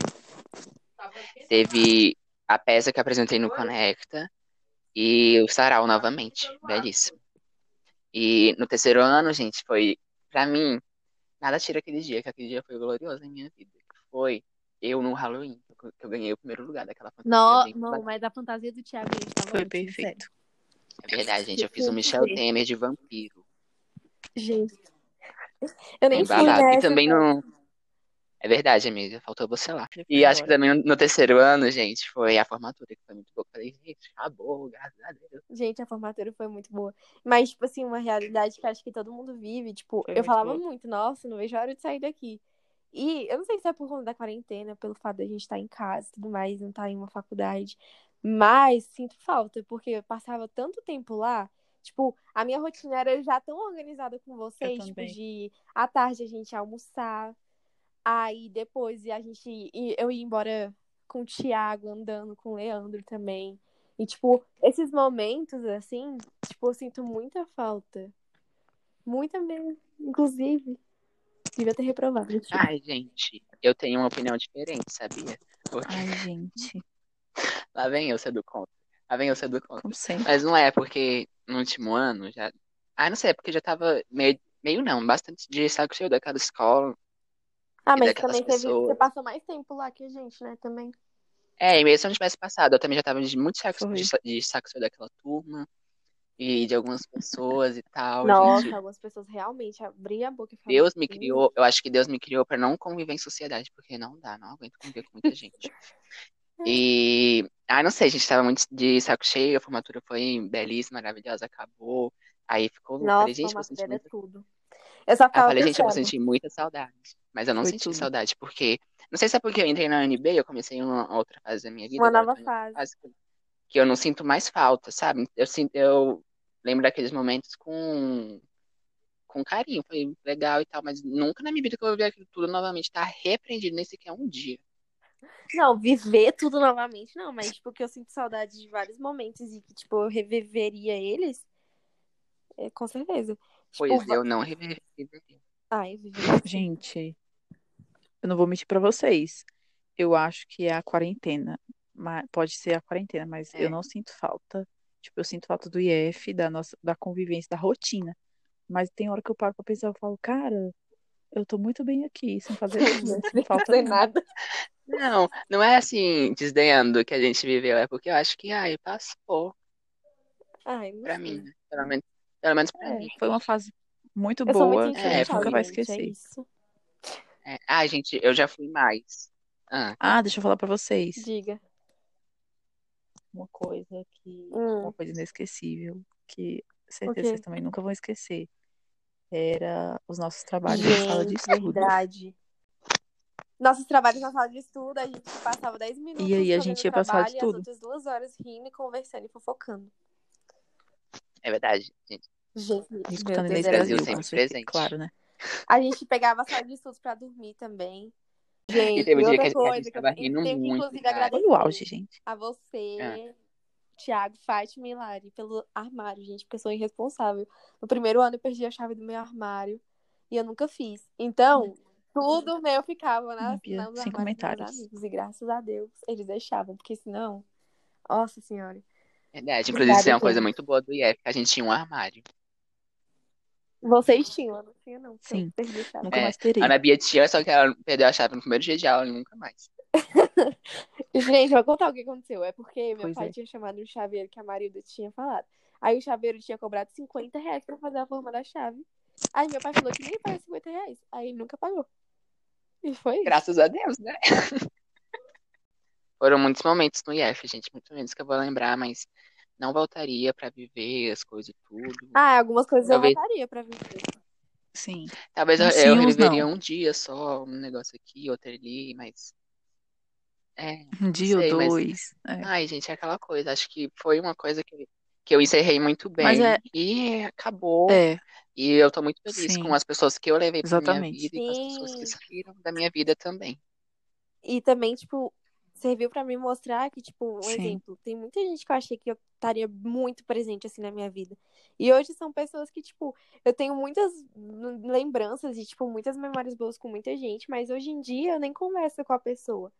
Teve a peça que eu apresentei no Conecta e o sarau novamente. Belíssimo. E no terceiro ano, gente, foi, pra mim, nada tira aquele dia, que aquele dia foi glorioso na minha vida. que Foi eu no Halloween, que eu ganhei o primeiro lugar daquela fantasia. Não, bem não, mas a fantasia do Thiago gente, tava Foi ótima, perfeito. sério. É verdade, gente, eu fiz o Michel Temer de vampiro. Gente. Eu nem fui Embalado. E nessa. também no... É verdade, amiga, faltou você lá. Depois E acho que agora. também no terceiro ano, gente, foi a formatura, que foi muito boa. Eu Falei, gente, acabou, graças a Deus. Gente, a formatura foi muito boa. Mas, tipo assim, uma realidade que acho que todo mundo vive. Tipo, Foi eu muito falava boa. muito, nossa, não vejo a hora de sair daqui. E eu não sei se é por conta da quarentena, pelo fato da gente estar em casa e tudo mais, não estar em uma faculdade. Mas sinto falta, porque eu passava tanto tempo lá. Tipo, a minha rotina era já tão organizada com vocês, tipo, também. de à tarde a gente ia almoçar. Aí depois a gente e eu ia embora com o Thiago andando com o Leandro também. E tipo, esses momentos assim, tipo, eu sinto muita falta. Muita mesmo, inclusive. Devia ter reprovado. gente. Ai, gente, eu tenho uma opinião diferente, sabia? Porque Ai, gente. lá vem eu ser do contra. Lá vem eu ser do contra. Como sempre. Mas não é, porque no último ano já. Ah, não sei, é porque já tava meio, meio não, bastante de saco cheio daquela escola. Ah, E mas é daquelas também teve, pessoas. você passou mais tempo lá que a gente, né, também. É, e mesmo se eu não tivesse passado, eu também já tava de muito saco, Foi. de, sa- de saco cheio daquela turma e de algumas pessoas e tal, gente. Nossa, algumas pessoas realmente abriam a boca e falavam. Deus me "Hum". criou, eu acho que Deus me criou pra não conviver em sociedade, porque não dá, não aguento conviver com muita gente. E, ah, não sei, a gente tava muito de saco cheio, a formatura foi belíssima, maravilhosa, acabou. Aí ficou louco, Nossa, falei, gente, vou sentir formatura é era muita... tudo. Eu só Aí eu ficava falei, gente, eu vou pensando. sentir muita saudade. Mas eu não Foi senti tudo. saudade, porque, não sei se é porque eu entrei na UNB, eu comecei uma outra fase da minha vida, Uma agora eu nova tô em outra fase. fase que eu- que eu não sinto mais falta, sabe? Eu sinto, eu lembro daqueles momentos com com carinho, foi legal e tal, mas nunca na minha vida que eu vou ver aquilo tudo novamente, tá repreendido nem sequer um dia. Não, viver tudo novamente, não, mas tipo, que eu sinto saudade de vários momentos e que, tipo, eu reviveria eles, é, com certeza. Tipo, Pois é. eu não revivi. ai, viver. Gente, eu não vou mentir pra vocês. Eu acho que é a quarentena. Mas, pode ser a quarentena, mas É. eu não sinto falta. Tipo, eu sinto falta do IF, da nossa, da convivência, da rotina. Mas tem hora que eu paro pra pensar, eu falo, cara, eu tô muito bem aqui, sem fazer nada, não sinto falta fazer não. nada. Não, não é assim, desdenhando o que a gente viveu, é porque eu acho que, ai, passou Ai, não pra sei. mim, né? Pelo menos, pelo menos pra mim. É, foi uma fase muito Eu sou muito boa, que a gente influencial, nunca vai gente, é esquecer. isso. É. Ai, gente, eu já fui mais. Ah, Ah, deixa eu falar pra vocês. Diga. Uma coisa que. Hum. Uma coisa inesquecível, que O certeza quê? vocês também nunca vão esquecer. Era os nossos trabalhos na sala de Gente, estudo. verdade. Nossos trabalhos na sala de estudo, a gente passava 10 minutos aí a fazendo gente ia pra sala de trabalho e as estudo. outras duas horas rindo, e conversando e fofocando. é verdade, gente. Gente, meu Escutando Deus, Inês era assim. Brasil, Brasil demais. com sempre certeza. presente. Claro, né? A gente pegava a sala de estudos pra dormir também. E Gente, teve um dia que a outra gente, a gente coisa que eu tava rindo tenho que, muito, inclusive, cara. Olha o auge, agradecer gente. a você, É. Thiago, Fátima e Lari, pelo armário, gente, pessoa irresponsável. No primeiro ano eu perdi a chave do meu armário e eu nunca fiz. Então, tudo meu ficava na, Bia, nos sem armários dos meus comentários. amigos. E graças a Deus eles deixavam, porque senão, nossa senhora. Verdade. Inclusive, isso é uma Obrigada, coisa gente. muito boa do IF, que a gente tinha um armário. Vocês tinham, eu é não tinha, não. porque eu Sim. perdi a chave. Nunca É, mais terei. A Ana Bia tinha, só que ela perdeu a chave no primeiro dia de aula e nunca mais. Gente, eu vou contar o que aconteceu. É porque meu Pois pai é. tinha chamado um chaveiro que a Marilda tinha falado. Aí o chaveiro tinha cobrado 50 reais pra fazer a forma da chave. Aí meu pai falou que nem paga 50 reais. Aí ele nunca pagou. E foi isso. Graças a Deus, né? Foram muitos momentos no IF, gente. Muito menos que eu vou lembrar, mas não voltaria pra viver as coisas e tudo. Ah, algumas coisas Talvez- eu voltaria pra viver. Sim. Talvez eu, uns eu sim, uns reviveria não. um dia só, um negócio aqui, outro ali, mas. É. Um dia Sei, ou mas- dois. É. Ai, gente, é aquela coisa. Acho que foi uma coisa que, que eu encerrei muito bem. Mas é- E acabou. É, E eu tô muito feliz Sim. com as pessoas que eu levei pra Exatamente. minha vida e com as pessoas que Sim. saíram da minha vida também. E também, tipo, serviu pra me mostrar que, tipo, um Sim. exemplo, tem muita gente que eu achei que eu estaria muito presente, assim, na minha vida. E hoje são pessoas que, tipo, eu tenho muitas n- lembranças e, tipo, muitas memórias boas com muita gente, mas hoje em dia eu nem converso com a pessoa.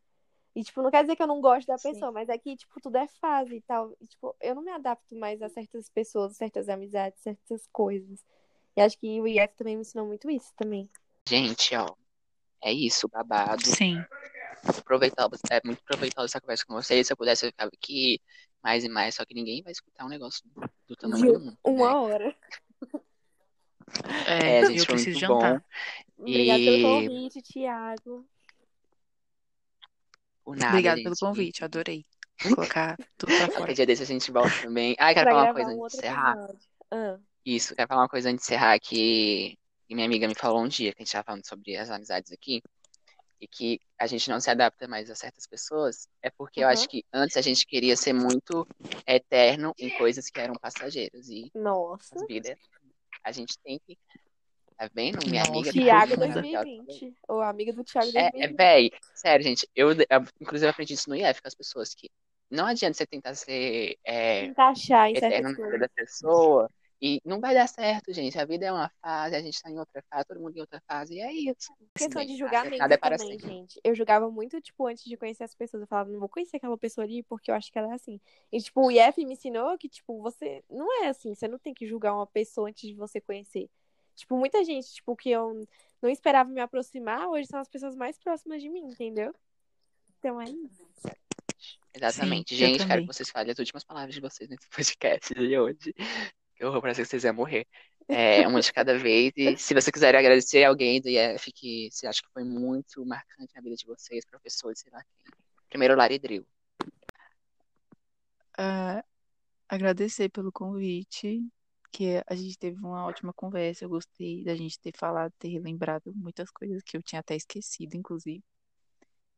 E, tipo, não quer dizer que eu não gosto da Sim. pessoa, mas é que, tipo, tudo é fase e tal. E, tipo, eu não me adapto mais a certas pessoas, certas amizades, certas coisas. E acho que o IF também me ensinou muito isso também. Gente, ó. É isso, babado. sim. Aproveitar, é muito proveitosa essa conversa com vocês. Se eu pudesse, eu ficava aqui mais e mais. Só que ninguém vai escutar um negócio do, do tamanho do mundo. né? Uma hora. É, É, gente, eu foi preciso muito jantar. bom. Obrigada E- pelo convite, Tiago. Por nada, Obrigada gente. pelo E convite, adorei. Vou colocar tudo pra fora. Qualquer dia desse a gente volta também. Ah, quero pra falar uma gravar coisa um antes de outro encerrar. episódio. Ah, Isso, quero falar uma coisa antes de encerrar que que minha amiga me falou um dia, que a gente tava falando sobre as amizades aqui, e que a gente não se adapta mais a certas pessoas, é porque eu Uhum. acho que antes a gente queria ser muito eterno em coisas que eram passageiras, e nossa. as vidas, a gente tem que, tá vendo? Minha Nossa, amiga tá Tiago profunda. 2020. Ou amiga do Tiago É, é 2020. véi, sério, gente, eu, eu, inclusive, aprendi isso no IF com as pessoas, que não adianta você tentar ser é, Encaixar em eterno certas na vida coisas. da pessoa. E não vai dar certo, gente. A vida é uma fase, a gente tá em outra fase, todo mundo em outra fase. E é isso. Questão Gente, de Nada julgamento é para também, sempre. gente. Eu julgava muito, tipo, antes de conhecer as pessoas. Eu falava, não vou conhecer aquela pessoa ali porque eu acho que ela é assim. E, tipo, o IF me ensinou que, tipo, você não é assim. Você não tem que julgar uma pessoa antes de você conhecer. Tipo, muita gente, tipo, que eu não esperava me aproximar, hoje são as pessoas mais próximas de mim, entendeu? Então é isso. Exatamente. eu gente, quero também. que vocês falem as últimas palavras de vocês nesse podcast de hoje. Que horror, parece que vocês iam morrer. É, uma de cada vez. E se você quiser agradecer alguém do IF que você acha que foi muito marcante na vida de vocês, professores, sei lá quem. Primeiro, Lari Drill. Ah, agradecer pelo convite, que a gente teve uma ótima conversa. Eu gostei da gente ter falado, ter relembrado muitas coisas que eu tinha até esquecido, inclusive.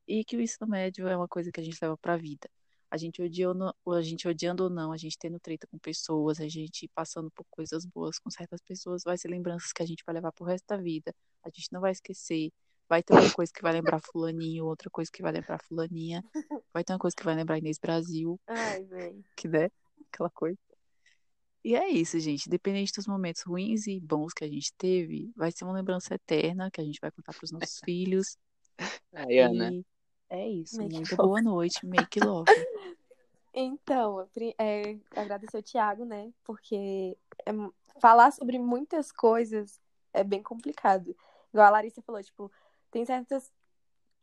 E que o ensino médio é uma coisa que a gente leva pra vida. A gente odiando, ou a gente odiando ou não, a gente tendo treta com pessoas, a gente passando por coisas boas com certas pessoas, vai ser lembranças que a gente vai levar pro resto da vida. A gente não vai esquecer. Vai ter uma coisa que vai lembrar fulaninho, outra coisa que vai lembrar fulaninha. Vai ter uma coisa que vai lembrar Inês Brasil Ai, velho. que der, aquela coisa. E é isso, gente. Independente dos momentos ruins e bons que a gente teve, vai ser uma lembrança eterna que a gente vai contar pros nossos filhos. Ai, Ana. E é isso. Make Muito love. boa noite. Make love. Então, eu pri- é, agradecer o Thiago, né? Porque é mu- falar sobre muitas coisas é bem complicado. Igual a Larissa falou, tipo, tem certas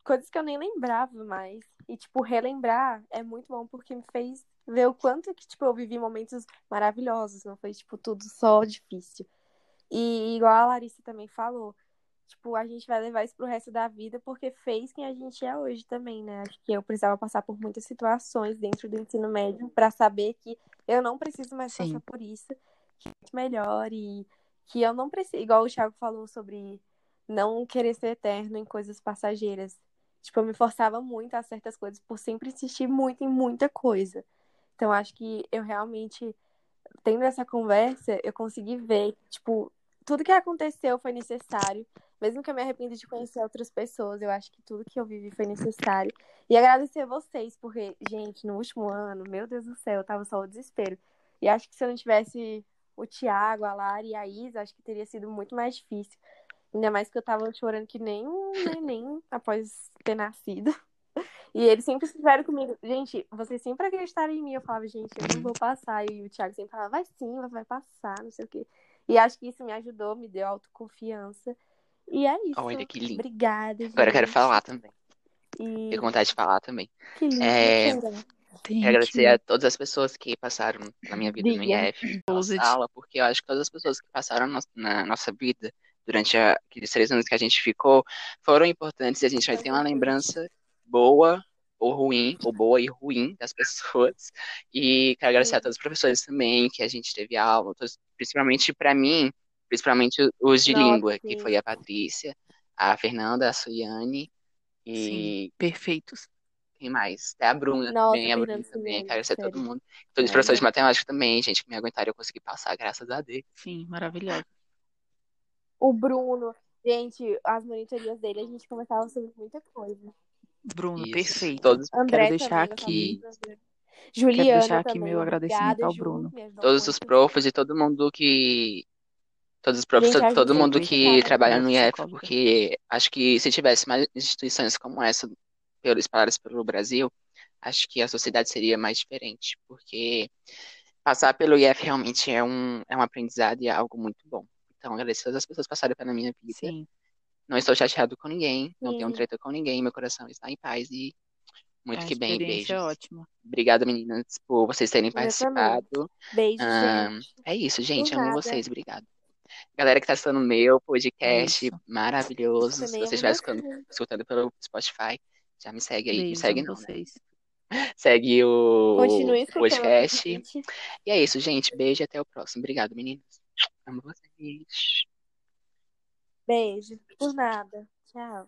coisas que eu nem lembrava mais. E, tipo, relembrar é muito bom porque me fez ver o quanto que, tipo, eu vivi momentos maravilhosos. Não foi, tipo, tudo só difícil. E igual a Larissa também falou, tipo, a gente vai levar isso pro resto da vida porque fez quem a gente é hoje também, né? Acho que eu precisava passar por muitas situações dentro do ensino médio pra saber que eu não preciso mais Sim. passar por isso, que é muito melhor e que eu não preciso, igual o Thiago falou sobre não querer ser eterno em coisas passageiras. Tipo, eu me forçava muito a certas coisas por sempre insistir muito em muita coisa. Então, acho que eu realmente tendo essa conversa, eu consegui ver, tipo, tudo que aconteceu foi necessário. Mesmo que eu me arrependa de conhecer outras pessoas, eu acho que tudo que eu vivi foi necessário. E agradecer a vocês, porque, gente, no último ano, meu Deus do céu, eu tava só o desespero. E acho que se eu não tivesse o Tiago, a Lara e a Isa, acho que teria sido muito mais difícil. Ainda mais que eu tava chorando que nem um neném após ter nascido. E eles sempre estiveram comigo. Gente, vocês sempre acreditaram em mim. Eu falava, gente, eu não vou passar. E o Thiago sempre falava, vai sim, vai- vai passar, não sei o quê. E acho que isso me ajudou, me deu autoconfiança. E é isso. Olha que lindo. Obrigada, gente. Agora eu quero falar também. E... Fiquei com vontade de falar também. Que lindo. É, cara. Tem Quero agradecer a todas as pessoas que passaram na minha vida no Diga. IF, na Closet. sala, porque eu acho que todas as pessoas que passaram no- na nossa vida durante a- aqueles três anos que a gente ficou foram importantes e a gente vai ter uma lembrança boa ou ruim, ou boa e ruim das pessoas. E quero agradecer a todos os professores também, que a gente teve aula, todos- principalmente para mim, principalmente os de Nossa, língua, que sim. foi a Patrícia, a Fernanda, a Suiane e perfeitos. quem mais? Até a Bruna Nossa, também, a Fernanda Bruna também, Simone, quero agradecer a sério. todo mundo. Todos os É. professores de matemática também, gente, que me aguentaram, eu consegui passar, graças a Deus. Sim, maravilhosos. O Bruno. Gente, as monitorias dele, a gente conversava sobre muita coisa. Bruno, Isso, perfeito. Todos, André deixar também, eu aqui- tava lembrando. Juliana deixar aqui também, meu agradecimento obrigada, ao Ju, Bruno. me ajudou todos os muito. profs e todo mundo que. Todos os profs, Gente, ajuda todo mundo muito, que cara. trabalha no Minha IEF, psicóloga. porque acho que se tivesse mais instituições como essa pelo- espalhadas pelo Brasil, acho que a sociedade seria mais diferente, porque passar pelo IEF realmente é um, é um aprendizado e é algo muito bom. Então, agradeço a todas as pessoas que passaram pela minha vida. Sim, Não estou chateado com ninguém, não Sim. tenho treta com ninguém, meu coração está em paz e muito a que bem, experiência beijos. é ótima. Obrigada, meninas, por vocês terem também. participado. Beijo, Ah, gente. É isso, gente, Por amo nada. vocês, obrigado. Galera que está assistindo o meu podcast Isso. né? maravilhoso, se Também é você amo estiver escutando, vocês. escutando pelo Spotify, já me segue aí, me Beijos segue amo não, né? vocês. Segue o Continue o escutando. podcast. gente. E é isso, gente, beijo e até o próximo. Obrigado, meninas. Amo vocês. Beijo. Por nada. Tchau.